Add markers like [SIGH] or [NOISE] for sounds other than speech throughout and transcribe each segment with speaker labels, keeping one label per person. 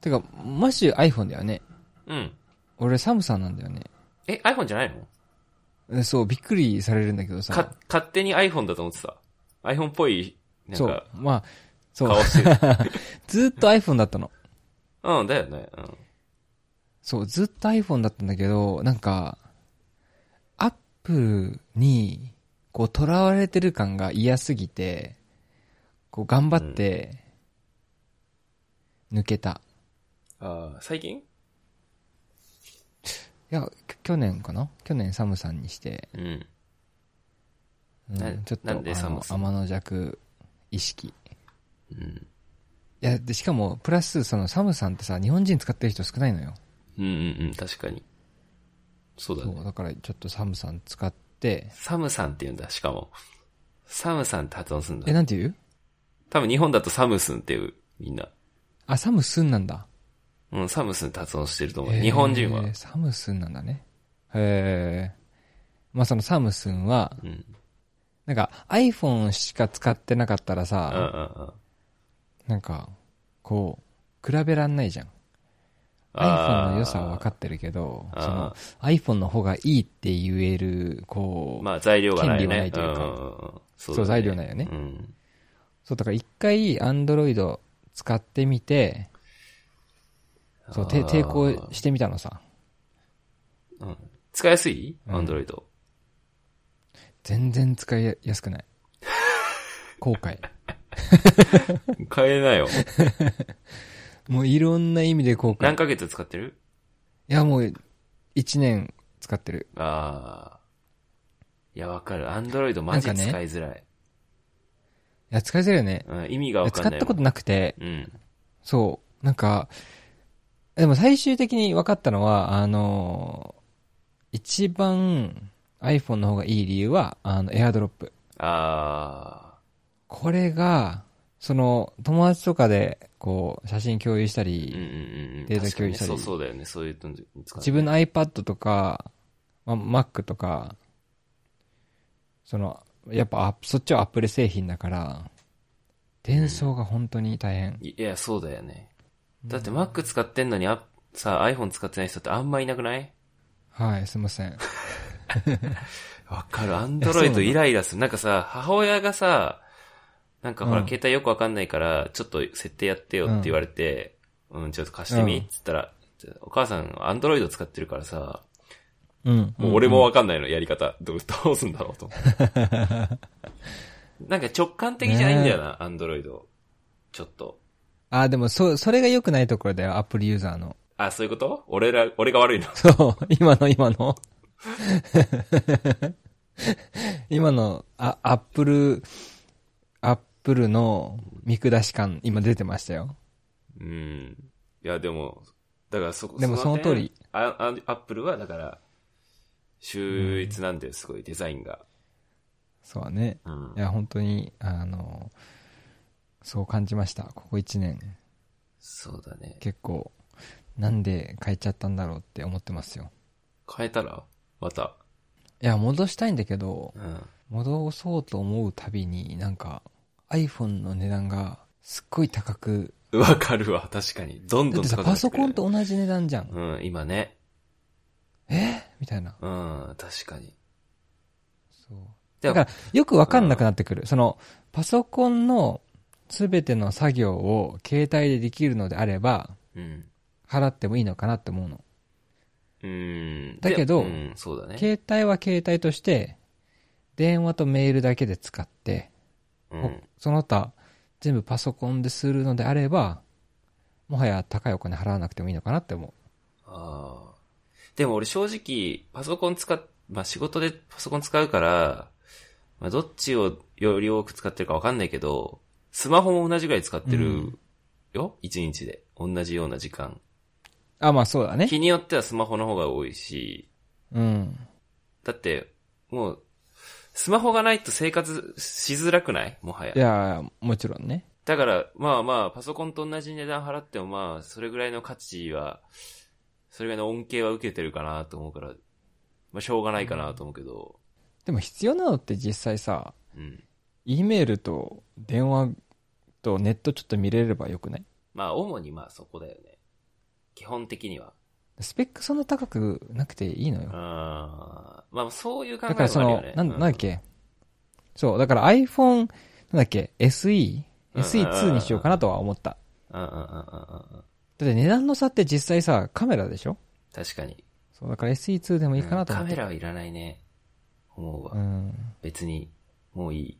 Speaker 1: てか、マジ iPhone だよね。
Speaker 2: うん。
Speaker 1: 俺サムさんなんだよね。
Speaker 2: え、iPhone じゃないの
Speaker 1: えそう、びっくりされるんだけどさ。
Speaker 2: か、勝手に iPhone だと思ってた。iPhone っぽい、なん
Speaker 1: そう
Speaker 2: か、。
Speaker 1: まあ、そう
Speaker 2: 顔。してる。
Speaker 1: ずーっと iPhone だったの。
Speaker 2: うん、だよね。うん。
Speaker 1: そう、ずっと iPhone だったんだけど、なんか、アップルに、こう、囚われてる感が嫌すぎて、こう、頑張って、抜けた。
Speaker 2: ああ、最近
Speaker 1: いや、き去年かな去年サムさんにして、
Speaker 2: うん。
Speaker 1: うん
Speaker 2: な
Speaker 1: ちょっと、
Speaker 2: なんで
Speaker 1: あの
Speaker 2: サムさん
Speaker 1: 天の弱意識。い
Speaker 2: うん。
Speaker 1: や、で、しかも、プラス、その、サムさんってさ、日本人使ってる人少ないのよ。
Speaker 2: うんうんうん、確かに。そうだ
Speaker 1: そ
Speaker 2: ね。
Speaker 1: う、だから、ちょっとサムさん使って、
Speaker 2: サムさんって言うんだ、しかも。サムさんって発音するん
Speaker 1: え、
Speaker 2: だ。
Speaker 1: なんて言う
Speaker 2: 多分日本だとサムスンっていう、みんな。
Speaker 1: あ、サムスンなんだ。
Speaker 2: うん、サムスンって発音してると思う。
Speaker 1: へー
Speaker 2: 日本人は。
Speaker 1: サムスンなんだね。へえ。まあ、そのサムスンは、
Speaker 2: うん。うん
Speaker 1: なんか iPhone しか使ってなかったら
Speaker 2: うんうん
Speaker 1: さ、
Speaker 2: あ
Speaker 1: なんか、こう、比べらんないじゃん。
Speaker 2: ー
Speaker 1: iPhone の良さは分かってるけど、
Speaker 2: あー
Speaker 1: その iPhone の方がいいって言える、こう、
Speaker 2: まあ材料がな
Speaker 1: 権
Speaker 2: いね。
Speaker 1: 利はないというか
Speaker 2: んんんそ
Speaker 1: そう材料ないよね
Speaker 2: うん。
Speaker 1: そう、だから一回 Android 使ってみて、そう、て
Speaker 2: あー
Speaker 1: 抵抗してみたのさ。
Speaker 2: うん使いやすい
Speaker 1: うん
Speaker 2: アンドロイド。
Speaker 1: 全然使いやすくない。 [LAUGHS] 後悔。
Speaker 2: 変えなよ。
Speaker 1: もういろんな意味で後悔
Speaker 2: 何。ヶ月使ってる
Speaker 1: いや、もう、一年使ってる。
Speaker 2: ああ。いや、わかる。アンドロイドマジ
Speaker 1: なんか
Speaker 2: 使
Speaker 1: ね
Speaker 2: いづらい。
Speaker 1: いや、使いづらいよね。
Speaker 2: うん、意味がわか
Speaker 1: 使
Speaker 2: んな
Speaker 1: っ
Speaker 2: いもん。
Speaker 1: たことなくて、
Speaker 2: うん。
Speaker 1: そう、なんか、でも最終的に分かったのは、あのー、一番 iPhone の方がいい理由は、あの、AirDrop。
Speaker 2: あ
Speaker 1: これが、その、友達とかで、こう、写真共有した
Speaker 2: あ。うんう
Speaker 1: り、
Speaker 2: んうんうん。
Speaker 1: データ共有したり
Speaker 2: 確かにねそうそうだよね。そういうのに使う。
Speaker 1: 自分の iPad とか、ま、Mac とか、その、やっぱあ、そっちは Apple 製品だから、伝送が本当に大変。
Speaker 2: いいや、そうだよね。だって Mac 使ってんのに、あさ、iPhone 使ってない人ってあんまいなくない
Speaker 1: はい、すいません。
Speaker 2: わかる。アン
Speaker 1: や
Speaker 2: ド
Speaker 1: そう
Speaker 2: ロ
Speaker 1: な
Speaker 2: イ
Speaker 1: の
Speaker 2: ドイライラする。なんかさ、母親がさ、なんかほら、
Speaker 1: うん
Speaker 2: 携帯よくわかんないから、ちょっと設定やってよって言われて、うん、ちょっと貸してみ
Speaker 1: うん
Speaker 2: って言ったら、お母さん、アンドロイド使ってるからさ、
Speaker 1: うん。
Speaker 2: [LAUGHS] もう俺もわかんないの、やり方。どう、どうすんだろうと思って。 [LAUGHS] なんか直感的じゃないんだよな、アンドロイド。ちょっと。
Speaker 1: ああ、でも、そ、それが良くないところだよ、アップルユーザーの。
Speaker 2: あ、そういうこと俺ら、俺が悪いの。
Speaker 1: そう、今の、今の。今の、あ、アップル、アップルの見下し感、今出てましたよ。
Speaker 2: うん。いや、でも、だからそこ、
Speaker 1: でもその
Speaker 2: 点
Speaker 1: 通り。
Speaker 2: ああアップルは、だから、秀逸なんだよ、すごい、デザインが。
Speaker 1: そうだね。
Speaker 2: うん
Speaker 1: い。や、本当に、あの、そう感じました。ここ1年、
Speaker 2: そうだね。
Speaker 1: 結構、なんで変えちゃったんだろうって思ってますよ。
Speaker 2: 変えたらまた。
Speaker 1: いや、戻したいんだけど、
Speaker 2: うん。
Speaker 1: 戻そうと思うたびに、なんか、iPhone の値段が、すっごい高く、
Speaker 2: わかるわ、確かに。どん
Speaker 1: だ
Speaker 2: ど
Speaker 1: っ
Speaker 2: ん
Speaker 1: てさ、
Speaker 2: 高くな
Speaker 1: パ
Speaker 2: って
Speaker 1: ソ
Speaker 2: くる
Speaker 1: コンと同じ値段じゃん。
Speaker 2: うん、今ね。
Speaker 1: みたいな。
Speaker 2: うん、確かに。
Speaker 1: そう。
Speaker 2: で
Speaker 1: だ
Speaker 2: も
Speaker 1: から、よくわかんなくなってくる。その、パソコンのすべての作業を携帯でできるのであれば、
Speaker 2: うん。
Speaker 1: 払ってもいいのかなって思うの。
Speaker 2: うん。
Speaker 1: だけど
Speaker 2: でうん、そうだね。
Speaker 1: 携帯は携帯として、電話とメールだけで使って、
Speaker 2: う
Speaker 1: ほ
Speaker 2: ん。
Speaker 1: その他、全部パソコンでするのであれば、もはや高いお金払わなくてもいいのかなって思う。
Speaker 2: ああ。でも俺正直、パソコン使っ、まあ、仕事でパソコン使うから、まあ、どっちをより多く使ってるかわかんないけど、スマホも同じぐらい使って
Speaker 1: う
Speaker 2: る
Speaker 1: ん
Speaker 2: よ一、日で。同じような時間。
Speaker 1: あ、まあそうだね。
Speaker 2: 日によってはスマホの方が多いし、
Speaker 1: うん。
Speaker 2: だって、もう、スマホがないと生活しづらくないもはいや。
Speaker 1: や、もちろんね。
Speaker 2: だから、まあまあ、パソコンと同じ値段払ってもまあ、それぐらいの価値は、それぐらいの恩恵は受けてるかなと思うから、まあ、しょうがないかなと思うけど、
Speaker 1: でも必要なのって実際さ、
Speaker 2: うん。
Speaker 1: E メールと電話とネットちょっと見れればよくない
Speaker 2: まあ、主にまあそこだよね。基本的には。
Speaker 1: スペックそんな高くなくていいのよ。
Speaker 2: あーまあ、そういう考え
Speaker 1: だ
Speaker 2: もあ
Speaker 1: からそ
Speaker 2: るよ
Speaker 1: の
Speaker 2: ね。、
Speaker 1: なん、
Speaker 2: う
Speaker 1: なんだっけ。そう、だから iPhone、なんだっけ、SE?SE2
Speaker 2: うん
Speaker 1: にしようかなとは思った。
Speaker 2: うんうんうんうんうんうん。
Speaker 1: だって値段の差って実際さ、カメラでしょ
Speaker 2: 確かに。
Speaker 1: そう、だから SE2 でもいいかなと
Speaker 2: うん
Speaker 1: 思っ
Speaker 2: カメ
Speaker 1: て。
Speaker 2: ラはいらないね。思うわ。
Speaker 1: うん。
Speaker 2: 別に、もうい [LAUGHS] い。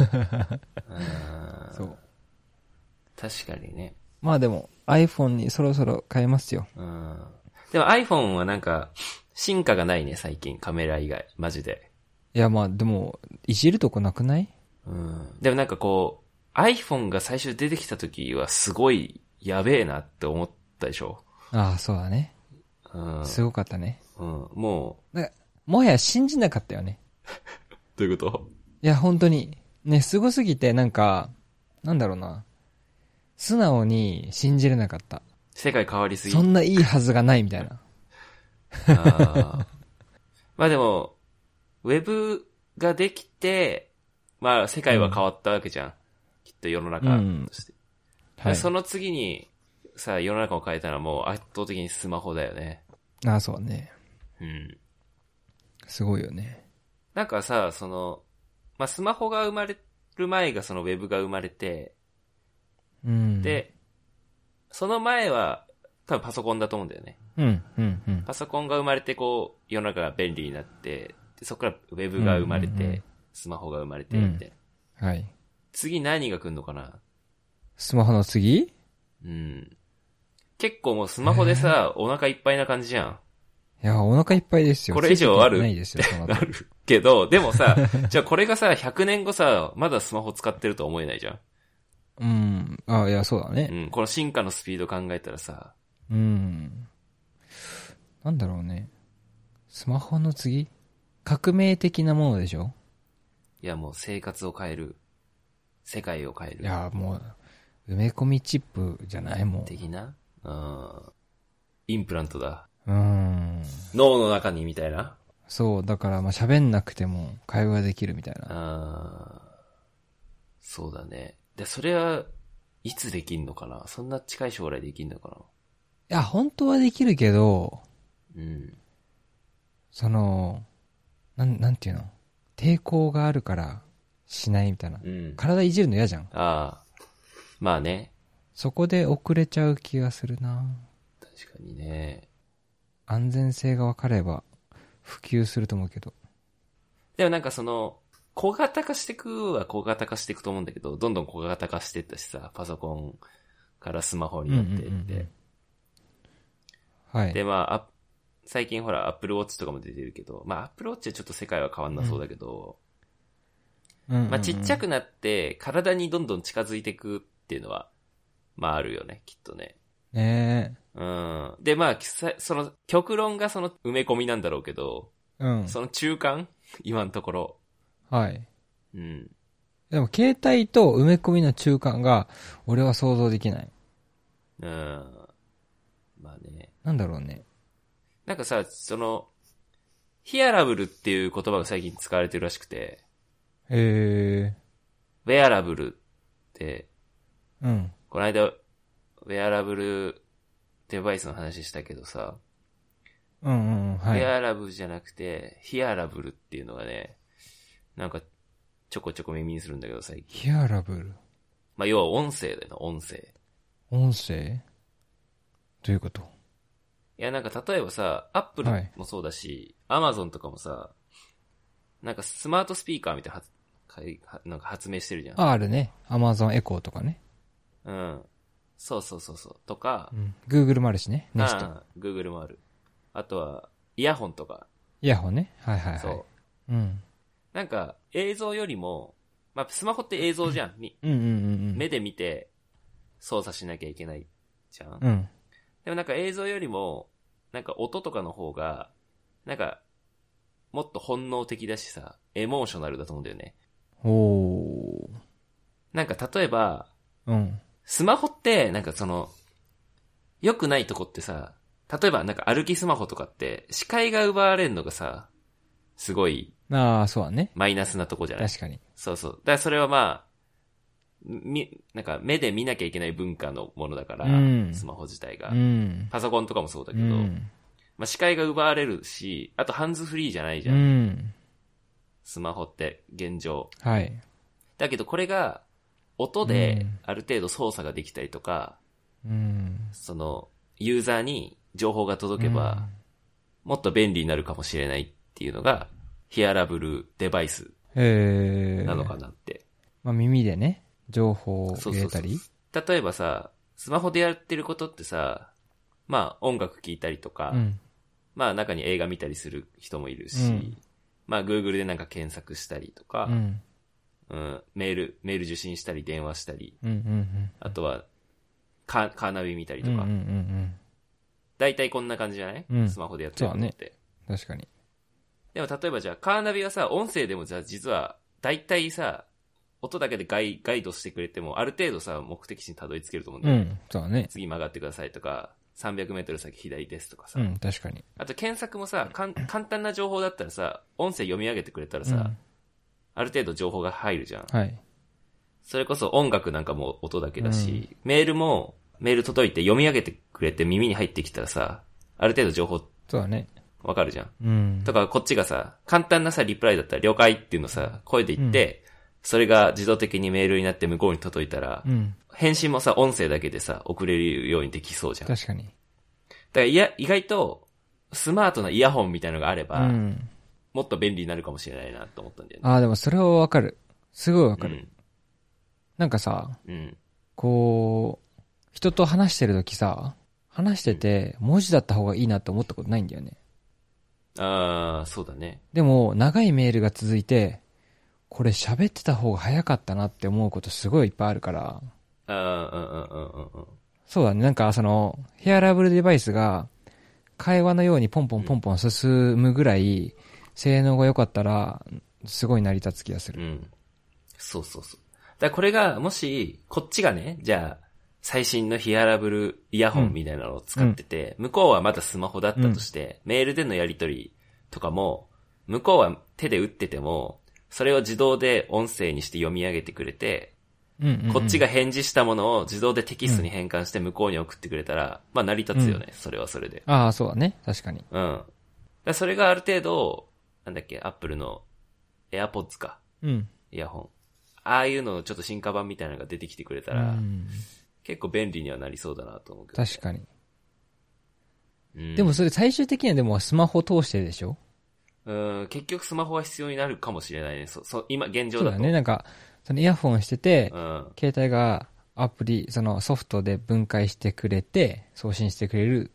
Speaker 2: うん
Speaker 1: そう。
Speaker 2: 確かにね。
Speaker 1: まあでも、iPhone にそろそろ変えますよ。
Speaker 2: うん。でも iPhone はなんか、進化がないね、最近。カメラ以外。マジで。
Speaker 1: いや、まあでも、いじるとこなくない
Speaker 2: うん。でもなんかこう、iPhone が最初出てきた時はすごいやべえなって思ったでしょ。
Speaker 1: ああ、そうだね。
Speaker 2: うん。
Speaker 1: すごかったね。
Speaker 2: うん、も
Speaker 1: なんかもはや信じなかったよね。
Speaker 2: う、どういうこと
Speaker 1: いや、本当に。ね、凄すぎて、なんか、なんだろうな。素直に信じれなかった。
Speaker 2: 世界変わりすぎ。
Speaker 1: そんないいはずがないみたいな。
Speaker 2: あーまあでも、ウェブができて、まあ世界は変わったわけじゃん。きっと世の中として。
Speaker 1: はい。
Speaker 2: その次に、さ、世の中を変えたらもう圧倒的にスマホだよね。
Speaker 1: ああ、そうね。
Speaker 2: うん。
Speaker 1: すごいよね。
Speaker 2: なんかさ、その、まあスマホが生まれる前がそのウェブが生まれて、
Speaker 1: うん。、
Speaker 2: で、その前は、多分パソコンだと思うんだよね。
Speaker 1: うん、うん、うん。
Speaker 2: パソコンが生まれて、こう、世の中が便利になって、でそこからウェブが生まれて、
Speaker 1: うんうんうん
Speaker 2: スマホが生まれて、みたいな。
Speaker 1: はい。
Speaker 2: 次何が来るのかな
Speaker 1: スマホの次
Speaker 2: うん。結構もうスマホでさ、お腹いっぱいな感じじゃん。
Speaker 1: いや、お腹いっぱいですよ。
Speaker 2: これ以上あ
Speaker 1: つ
Speaker 2: る
Speaker 1: いていけないですよ、その後
Speaker 2: [LAUGHS] なるけど、でも
Speaker 1: [LAUGHS]
Speaker 2: さ、じゃあこれがさ、100年後さ、まだスマホ使ってるとは思えないじゃん。
Speaker 1: うん。ああ、いや、そうだ
Speaker 2: う
Speaker 1: ね。
Speaker 2: ん。この進化のスピード考えたらさ、
Speaker 1: うん。なんだろうね。スマホの次革命的なものでしょ
Speaker 2: いやもう生活を変える。世界を変える。
Speaker 1: いや、もう、埋め込みチップじゃないもん。
Speaker 2: 的なうん。インプラントだ。
Speaker 1: うん。
Speaker 2: 脳の中にみたいな。
Speaker 1: そう、だから、まあ、喋んなくても会話できるみたいな。
Speaker 2: あーそうだね。で、それは、いつできんのかなそんな近い将来できんのか
Speaker 1: いや、本当はできるけど、
Speaker 2: なうん。
Speaker 1: その、なん、なんていうの抵抗があるから、しないみたいな。
Speaker 2: うん。
Speaker 1: 体いじるの嫌じゃん。
Speaker 2: ああ。まあね。
Speaker 1: そこで遅れちゃう気がするな
Speaker 2: 確かにね。
Speaker 1: 安全性が分かれば、普及すると思うけど。
Speaker 2: でもなんかその、小型化してくは小型化していくと思うんだけど、どんどん小型化してったしさ、パソコンからスマホになってって。
Speaker 1: うんうんうんうんはい。
Speaker 2: で、まあ、あ最近ほら、Apple Watch とかも出てるけど、まあ Apple Watch はちょっと世界は変わんなそうだけど、まあ、ちっちゃ
Speaker 1: く。
Speaker 2: くなって、体にどんどん近づいていくっていうのは、まあ、あるよね、きっとね。
Speaker 1: ね
Speaker 2: うん。で、まあ、さその、極論がその埋め込みなんだろうけど、
Speaker 1: え。うん。
Speaker 2: その中間 [LAUGHS] 今のところ。
Speaker 1: はい。
Speaker 2: うん。
Speaker 1: でも、携帯と埋め込みの中間が、俺は想像できない。
Speaker 2: うん。まあね。
Speaker 1: なんだろうね。
Speaker 2: なんかさ、その、ヒアラブルっていう言葉が最近使われてるらしくて、
Speaker 1: へ
Speaker 2: ウェアラブルって、
Speaker 1: え。うん。
Speaker 2: この間、ウェアラブルデバイスの話したけどさ、
Speaker 1: うんうんうん。は
Speaker 2: ヒ
Speaker 1: い。
Speaker 2: アラブじゃなくて、ヒアラブルっていうのがね、なんか、ちょこちょこ耳にするんだけど、最近。
Speaker 1: ヒアラブル。
Speaker 2: まあ、要は音声だよな、音声。
Speaker 1: 音声どういうこと
Speaker 2: いや、なんか、例えばさ、アップル
Speaker 1: はい
Speaker 2: もそうだし、アマゾンとかもさ、なんか、スマートスピーカーみたいな発、かいはなんか発明してるじゃん。
Speaker 1: あ、あるね。アマゾンエコーとかね。
Speaker 2: うん。そうそうそうそう。とか
Speaker 1: う、ん。Google もあるしね。
Speaker 2: あ
Speaker 1: ネスト。
Speaker 2: あ、Google もある。あとは、イヤホンとか。
Speaker 1: イヤホンね。はいはいはい。
Speaker 2: そう。
Speaker 1: う。ん。
Speaker 2: なんか、映像よりも、まあ、スマホって映像じゃん。み
Speaker 1: うんうんうんうん。
Speaker 2: 目で見て操作しなきゃいけないじゃん、
Speaker 1: うん。
Speaker 2: でもなんか映像よりも、なんか音とかの方が、なんか、もっと本能的だしさ、エモーショナルだと思うんだよね。
Speaker 1: おー。
Speaker 2: なんか例えば、
Speaker 1: うん。
Speaker 2: スマホって、なんかその、良くないとこってさ、例えばなんか歩きスマホとかって、視界が奪われるのがさ、すごい
Speaker 1: ああ、そうだね。
Speaker 2: マイナスなとこじゃない
Speaker 1: 確かに。
Speaker 2: そうそう。だからそれはまあ、み、なんか目で見なきゃいけない文化のものだから、
Speaker 1: うん
Speaker 2: スマホ自体が、
Speaker 1: うん。
Speaker 2: パソコンとかもそうだ
Speaker 1: う
Speaker 2: けど、
Speaker 1: ん。
Speaker 2: まあ、視界が奪われるし、あとハンズフリーじゃないじ
Speaker 1: う
Speaker 2: ゃん。
Speaker 1: ん。
Speaker 2: スマホって、現状。
Speaker 1: はい。
Speaker 2: だけどこれが、音で
Speaker 1: うん
Speaker 2: ある程度操作ができたりとか、
Speaker 1: うん。
Speaker 2: その、ユーザーに情報が届けば、もっと便利になるかもしれないっていうのが、ヒアラブルデバイス
Speaker 1: うん、えー、
Speaker 2: なのかなって。
Speaker 1: まあ、耳でね、情報を入れたり。
Speaker 2: 例えばさ、スマホでやってることってさ、まあ音楽聴いたりとか、
Speaker 1: うん。
Speaker 2: まあ中に映画見たりする人もいるし、
Speaker 1: うん
Speaker 2: まあ Google でなんか検索したりとか
Speaker 1: う、ん。
Speaker 2: うんメール、メール受信したり電話したり、
Speaker 1: うん。うん。
Speaker 2: あとはカーカーナビ見たり
Speaker 1: うん。う
Speaker 2: と
Speaker 1: ん。うん。
Speaker 2: か、
Speaker 1: うん。
Speaker 2: 大体こんな感じじゃない、
Speaker 1: うん
Speaker 2: スマホでやってることっ
Speaker 1: そ
Speaker 2: て。
Speaker 1: 確かに。
Speaker 2: でも例えばじゃあカーナビはさ、音声でもじゃあ実は大体さ、音だけでガイガイドしてくれても、ある程度さ、目的地にたどり着けると思うんだ
Speaker 1: う
Speaker 2: よね
Speaker 1: ん。そうだね。
Speaker 2: 次曲がってくださいとか、300メートル先左ですとかさ。
Speaker 1: うん、確かに。
Speaker 2: あと検索もさかん、簡単な情報だったらさ、音声読み上げてくれたらさ、ある程度情報が入るじゃん。
Speaker 1: うん、はい。
Speaker 2: それこそ音楽なんかも音だけだし、メールも、メール届いて読み上げてくれて耳に入ってきたらさ、ある程度情報
Speaker 1: そうだね。
Speaker 2: わかるじゃん。
Speaker 1: うん。
Speaker 2: とか、こっちがさ、簡単なさ、リプライだったら、了解っていうのさ、声で言って、それが自動的にメールになって向こうに届いたら、
Speaker 1: うん。
Speaker 2: 返信もさ、音声だけでさ、送れるようにできそうじゃん。だか
Speaker 1: 確かに。
Speaker 2: ら、いや、意外と、スマートなイヤホンみたいなのがあれ
Speaker 1: う
Speaker 2: ば、
Speaker 1: ん。
Speaker 2: もっと便利になるかもしれないなと思ったんだよね。
Speaker 1: ああ、でもそれはわかる。すごいわか
Speaker 2: う
Speaker 1: る。
Speaker 2: ん。
Speaker 1: なんかさ、
Speaker 2: うん。
Speaker 1: こう、人と話してるときさ、話してて、文字だった方がいいなって思ったことないんだよね。
Speaker 2: ああ、そうだね。
Speaker 1: でも、長いメールが続いて、これ喋ってた方が早かったなって思うことすごいいっぱいあるから、
Speaker 2: ああ、うんうんうんうんうん。
Speaker 1: そうだね。なんか、その、ヘアラブルデバイスが、会話のようにポンポンポンポン進むぐらい、性能が良かったら、すごい成り立つ気がす
Speaker 2: う
Speaker 1: る。
Speaker 2: ん。そうそうそう。だからこれが、もし、こっちがね、じゃあ、最新のヒアラブルイヤホンみたいなのを使ってて、向こうはまだスマホだったとして、メールでのやり取りとかも、向こうは手で打ってても、それを自動で音声にして読み上げてくれて、
Speaker 1: うんうんうん
Speaker 2: こっちが返事したものを自動でテキストに変換して向こうに送ってくれたら、まあ成り立つよね、それはそれで。
Speaker 1: ああ、そうだね。確かに。
Speaker 2: うん。だからそれがある程度、なんだっけ、アップルの AirPods か。
Speaker 1: うん。
Speaker 2: イヤホン。ああいうののちょっと進化版みたいなのが出てきてくれた
Speaker 1: う
Speaker 2: ら、
Speaker 1: ん、
Speaker 2: 結構便利にはなりそうだなと思うけどね、
Speaker 1: 確かに。
Speaker 2: うん
Speaker 1: でも、それ最終的にはでもスマホ通してでしょ
Speaker 2: うん、結局スマホは必要になるかもしれないね。そ、そ、今、現
Speaker 1: そ
Speaker 2: 状
Speaker 1: う
Speaker 2: だ
Speaker 1: だ
Speaker 2: と。
Speaker 1: ね。なんか、そのイヤホンしてて、
Speaker 2: うん。
Speaker 1: 携帯がアプリ、そのソフトで分解してくれて、送信してくれる。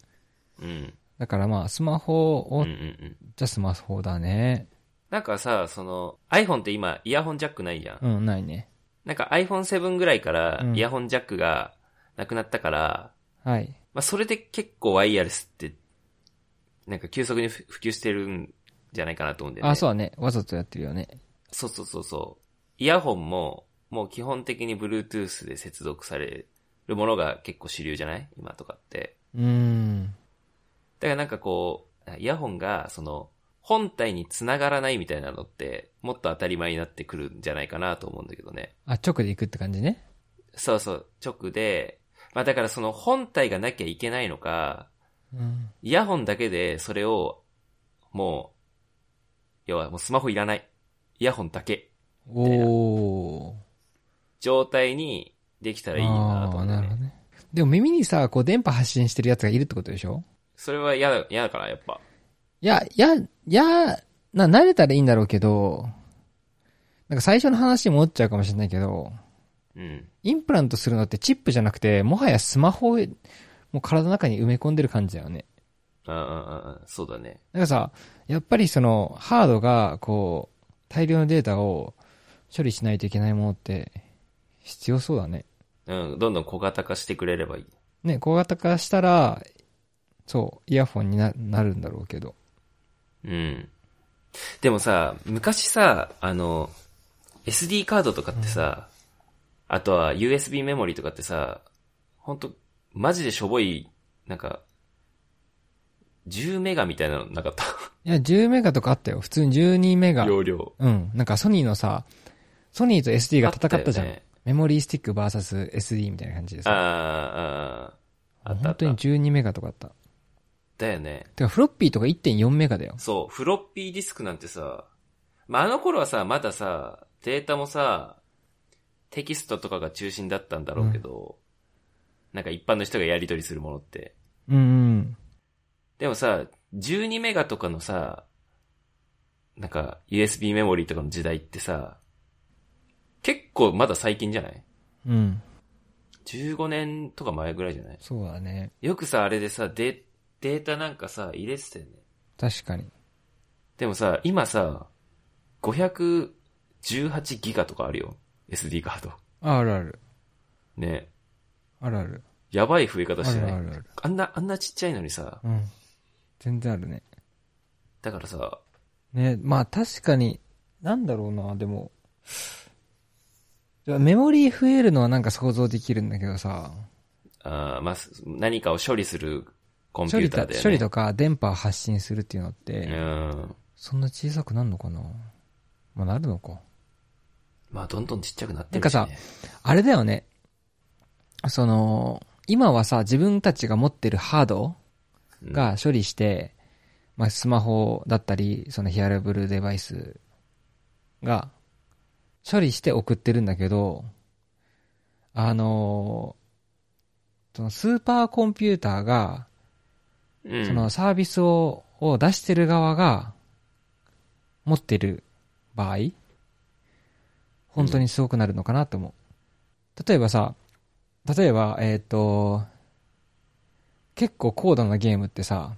Speaker 2: うん。
Speaker 1: だからまあ、スマホ
Speaker 2: うんう
Speaker 1: を、
Speaker 2: ん
Speaker 1: じ
Speaker 2: うん。
Speaker 1: ゃスマホだね。
Speaker 2: なんかさ、その、iPhone って今、イヤホンジャックないじゃん。
Speaker 1: うん、ないね。
Speaker 2: なんか iPhone7 ぐらいから
Speaker 1: う、ん
Speaker 2: イヤホンジャックがなくなったから、
Speaker 1: はい。
Speaker 2: まあ、それで結構ワイヤレスって、なんか急速にふ普及してるんじゃないかなと思うんだよね。
Speaker 1: あ、そうだね。わざとやってるよね。
Speaker 2: そうそうそうそう。イヤホンも、もう基本的に Bluetooth で接続されるものが結構主流じゃない今とかって。
Speaker 1: うーん。
Speaker 2: だからなんかこう、イヤホンが、その、本体に繋がらないみたいなのって、もっと当たり前になってくるんじゃないかなと思うんだけどね。
Speaker 1: あ、直で行くって感じね。
Speaker 2: そうそう、直で、まあだからその本体がなきゃいけないのか、
Speaker 1: うん。
Speaker 2: イヤホンだけでそれを、もう、要はもうスマホいらない。イヤホンだけ。
Speaker 1: おー。
Speaker 2: 状態にできたらいいなと
Speaker 1: あ
Speaker 2: 思
Speaker 1: あ、
Speaker 2: うんだ
Speaker 1: な
Speaker 2: よね
Speaker 1: るほどね。でも耳にさ、こう電波発信してるやつがいるってことでしょ
Speaker 2: それは嫌だ、嫌だから、やっぱ。
Speaker 1: いや、いや、いや、な、慣れたらいいんだろうけど、なんか最初の話に戻っちゃうかもしれないけど、
Speaker 2: うん。
Speaker 1: インプラントするのってチップじゃなくて、もはやスマホをもう体の中に埋め込んでる感じだよね。
Speaker 2: ああ、ああそうだね。
Speaker 1: なんかさ、やっぱりその、ハードが、こう、大量のデータを処理しないといけないものって、必要そうだね。
Speaker 2: うん、どんどん小型化してくれればいい。
Speaker 1: ね、小型化したら、そう、イヤホンにななるんだろうけど。
Speaker 2: うん。でもさ、昔さ、あの、SD カードとかってさ、あとは USB メモリーとかってさ、ほんと、マジでしょぼい、なんか、10メガみたいなのなかっ
Speaker 1: いや、10メガとかあったよ。普通に12メ
Speaker 2: た。
Speaker 1: ガ。
Speaker 2: 容量。
Speaker 1: うん。なんかソニーのさ、ソニーと SD が戦ったじゃん。
Speaker 2: あよね
Speaker 1: メモリースティック VSSD みたいな感じで
Speaker 2: あー
Speaker 1: さ。
Speaker 2: あー、あ
Speaker 1: 本
Speaker 2: ったあった
Speaker 1: 当。に12メガとかあった。
Speaker 2: だよね。
Speaker 1: てか、フロッピーとか1.4メガだよ。
Speaker 2: そう、フロッピーディスクなんてさ、まあ、あの頃はさ、まださ、データもさ、テキストとかが中心だったんだろうけど、なんか一般の人がやり取りするものって。
Speaker 1: うんうん。
Speaker 2: でもさ、12メガとかのさ、なんか USB メモリーとかの時代ってさ、結構まだ最近じゃない
Speaker 1: うん。
Speaker 2: ?15 年とか前ぐらいじゃない
Speaker 1: そうだね。
Speaker 2: よくさ、あれでさ、デデータなんかさ、入れてたよね。
Speaker 1: 確かに。
Speaker 2: でもさ、今さ、518ギガとかあるよ。SD カード。
Speaker 1: ああるある。
Speaker 2: ね。
Speaker 1: あるある。
Speaker 2: やばい増え
Speaker 1: あ
Speaker 2: 方して
Speaker 1: る
Speaker 2: ない。
Speaker 1: あ
Speaker 2: あ
Speaker 1: るある。
Speaker 2: んな、あんなちっちゃいのにさ、
Speaker 1: うん。全然あるね。
Speaker 2: だからさ、
Speaker 1: ね、まあ確かに、なんだろうな、でも。メモリー増えるのはなんか想像できるんだけどさ、
Speaker 2: あーまあ、す何かを処理するコンピ
Speaker 1: 処
Speaker 2: ュ
Speaker 1: 理
Speaker 2: ータ
Speaker 1: た
Speaker 2: ーだよね。
Speaker 1: 処理とか電波発信するっていうのって、
Speaker 2: うん。
Speaker 1: そんな小さくなるのかなまあなるのか。
Speaker 2: まあ、どんどんちっちゃくなって
Speaker 1: なん
Speaker 2: る
Speaker 1: か
Speaker 2: し、ね。
Speaker 1: さあれだよね。その、今はさ、自分たちが持ってるハード
Speaker 2: うん、
Speaker 1: が処理して、まあスマホだったり、そのヒアラブルデバイスが処理して送ってるんだけど、あのーそのスーパーコンピューターが、
Speaker 2: うん、
Speaker 1: そのサービスをを出してる側が持ってる場合、本当にすごくなるのかなと思う。例えばさ、例えば、えっ、と、結構高度なゲームってさ、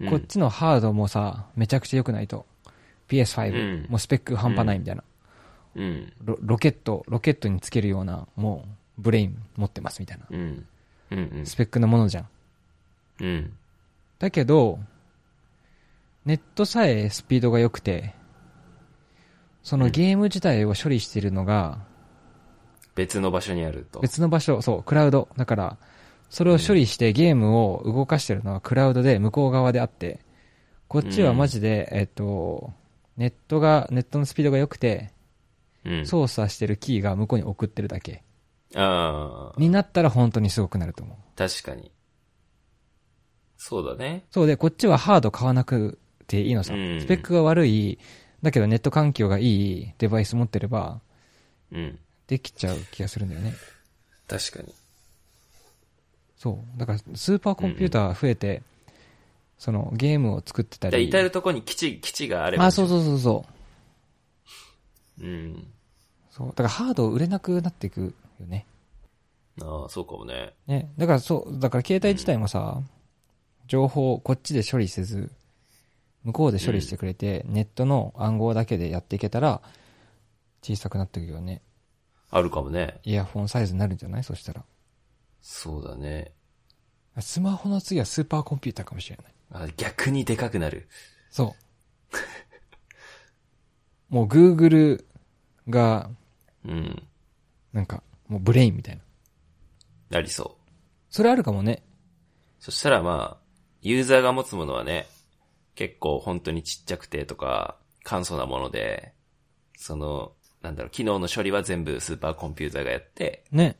Speaker 2: うん、
Speaker 1: こっちのハードもさ、めちゃくちゃ良くないと。PS5、
Speaker 2: うん
Speaker 1: もうスペック半端ないみたいな、
Speaker 2: うん。
Speaker 1: ロ。ロケット、ロケットにつけるような、もう、ブレイン持ってますみたいな。
Speaker 2: うん。うん。うん
Speaker 1: スペックのものじゃん。
Speaker 2: うん。
Speaker 1: だけど、ネットさえスピードが良くて、そのゲーム自体を処理しているのが、
Speaker 2: 別の場所にあると。
Speaker 1: 別の場所、そう、クラウド。だから、それを処理してゲームを動かしてるのはクラウドで向こう側であって、こっちはマジで、えっと、ネットが、ネットのスピードが良くて、
Speaker 2: うん。
Speaker 1: 操作してるキーが向こうに送ってるだけ。
Speaker 2: ああ、
Speaker 1: になったら本当にすごくなると思う。
Speaker 2: 確かに。そうだね。
Speaker 1: そうで、こっちはハード買わなくていいのさ。
Speaker 2: うん
Speaker 1: スペックが悪い、だけどネット環境がいいデバイス持ってれば、
Speaker 2: うん。
Speaker 1: できちゃう気がするんだよね。
Speaker 2: 確かに。
Speaker 1: そう。だから、スーパーコンピューター増えて、その、ゲームを作ってた
Speaker 2: じゃあ
Speaker 1: り。
Speaker 2: 至るとこに基地、基地があれば。
Speaker 1: あ、そう
Speaker 2: う。
Speaker 1: そうそうそう。
Speaker 2: うん。
Speaker 1: そう。だからハード売れなくなっていくよね。
Speaker 2: ああ、そうかもね。
Speaker 1: ね。だからそう、だから携帯自体もさ、情報をこっちで処理せず、向こうで処理してくれて、ネットの暗号だけでやっていけたら、小さくなっていくよね。
Speaker 2: あるかもね。
Speaker 1: イヤホンサイズになるんじゃないそしたら。
Speaker 2: そうだね。
Speaker 1: スマホの次はスーパーコンピューターかもしれない。
Speaker 2: あ逆にでかくなる。
Speaker 1: そう。 [LAUGHS] もう Google が、
Speaker 2: うん。
Speaker 1: なんか、もうブレインみたいな。
Speaker 2: なりそう。
Speaker 1: それあるかもね。
Speaker 2: そしたらまあ、ユーザーが持つものはね、結構本当にちっちゃくてとか、簡素なもので、その、なんだろう、機能の処理は全部スーパーコンピューターがやって、
Speaker 1: ね。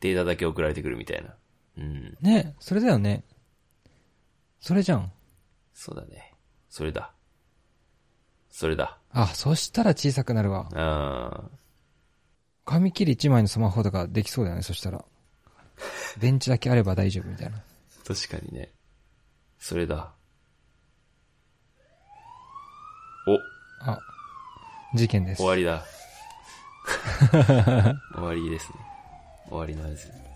Speaker 2: データだけ送られてくるみたいな。うん。
Speaker 1: ね。それだよね。それじゃん。
Speaker 2: そうだね。それだ。それだ。
Speaker 1: あ、そしたら小さくなるわ。
Speaker 2: あ
Speaker 1: 紙切り1枚のスマホとかできそうだよね、そしたら。電池だけあれば大丈夫みたいな。
Speaker 2: ー確かにね。それだ。お、
Speaker 1: あ、事件です
Speaker 2: 終。わりだ。終わりですね。終わりの合図。